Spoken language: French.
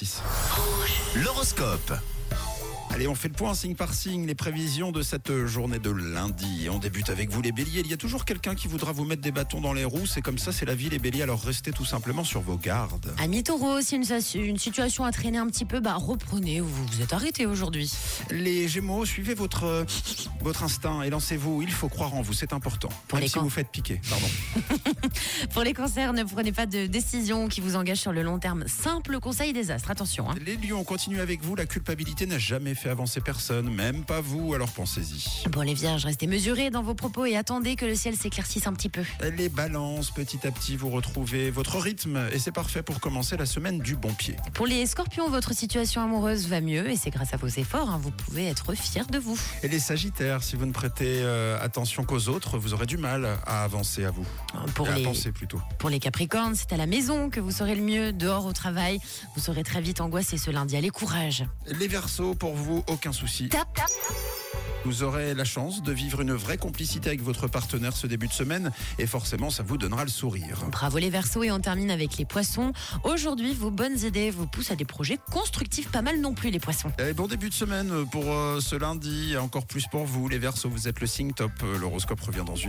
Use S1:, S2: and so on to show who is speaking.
S1: Six. L'horoscope. Allez, on fait le point signe par signe, les prévisions de cette journée de lundi. On débute avec vous les béliers. Il y a toujours quelqu'un qui voudra vous mettre des bâtons dans les roues. C'est comme ça, c'est la vie les béliers. Alors restez tout simplement sur vos gardes.
S2: Amis taureaux, si une, sa- une situation a traîné un petit peu, bah reprenez, vous vous êtes arrêté aujourd'hui.
S1: Les gémeaux, suivez votre, euh, votre instinct et lancez-vous. Il faut croire en vous, c'est important.
S2: Pour
S1: Même
S2: les
S1: si
S2: camps.
S1: vous faites piquer, pardon.
S2: Pour les cancers, ne prenez pas de décision qui vous engage sur le long terme. Simple conseil des astres, attention. hein.
S1: Les lions, continuez avec vous. La culpabilité n'a jamais fait avancer personne, même pas vous, alors pensez-y.
S2: Bon les vierges, restez mesurés dans vos propos et attendez que le ciel s'éclaircisse un petit peu.
S1: Les balances, petit à petit, vous retrouvez votre rythme et c'est parfait pour commencer la semaine du bon pied.
S2: Pour les scorpions, votre situation amoureuse va mieux et c'est grâce à vos efforts, hein, vous pouvez être fiers de vous.
S1: Et les Sagittaires, si vous ne prêtez euh, attention qu'aux autres, vous aurez du mal à avancer à vous.
S2: Pour
S1: Et
S2: les,
S1: à penser plutôt.
S2: pour les capricornes, c'est à la maison que vous serez le mieux, dehors au travail. Vous serez très vite angoissé ce lundi, allez courage.
S1: Les Verseaux, pour vous, aucun souci.
S2: Tap, tap.
S1: Vous aurez la chance de vivre une vraie complicité avec votre partenaire ce début de semaine et forcément, ça vous donnera le sourire.
S2: Bravo les Verseaux et on termine avec les Poissons. Aujourd'hui, vos bonnes idées vous poussent à des projets constructifs, pas mal non plus les Poissons.
S1: Et bon début de semaine pour euh, ce lundi, et encore plus pour vous. Les Verseaux, vous êtes le signe top. L'horoscope revient dans une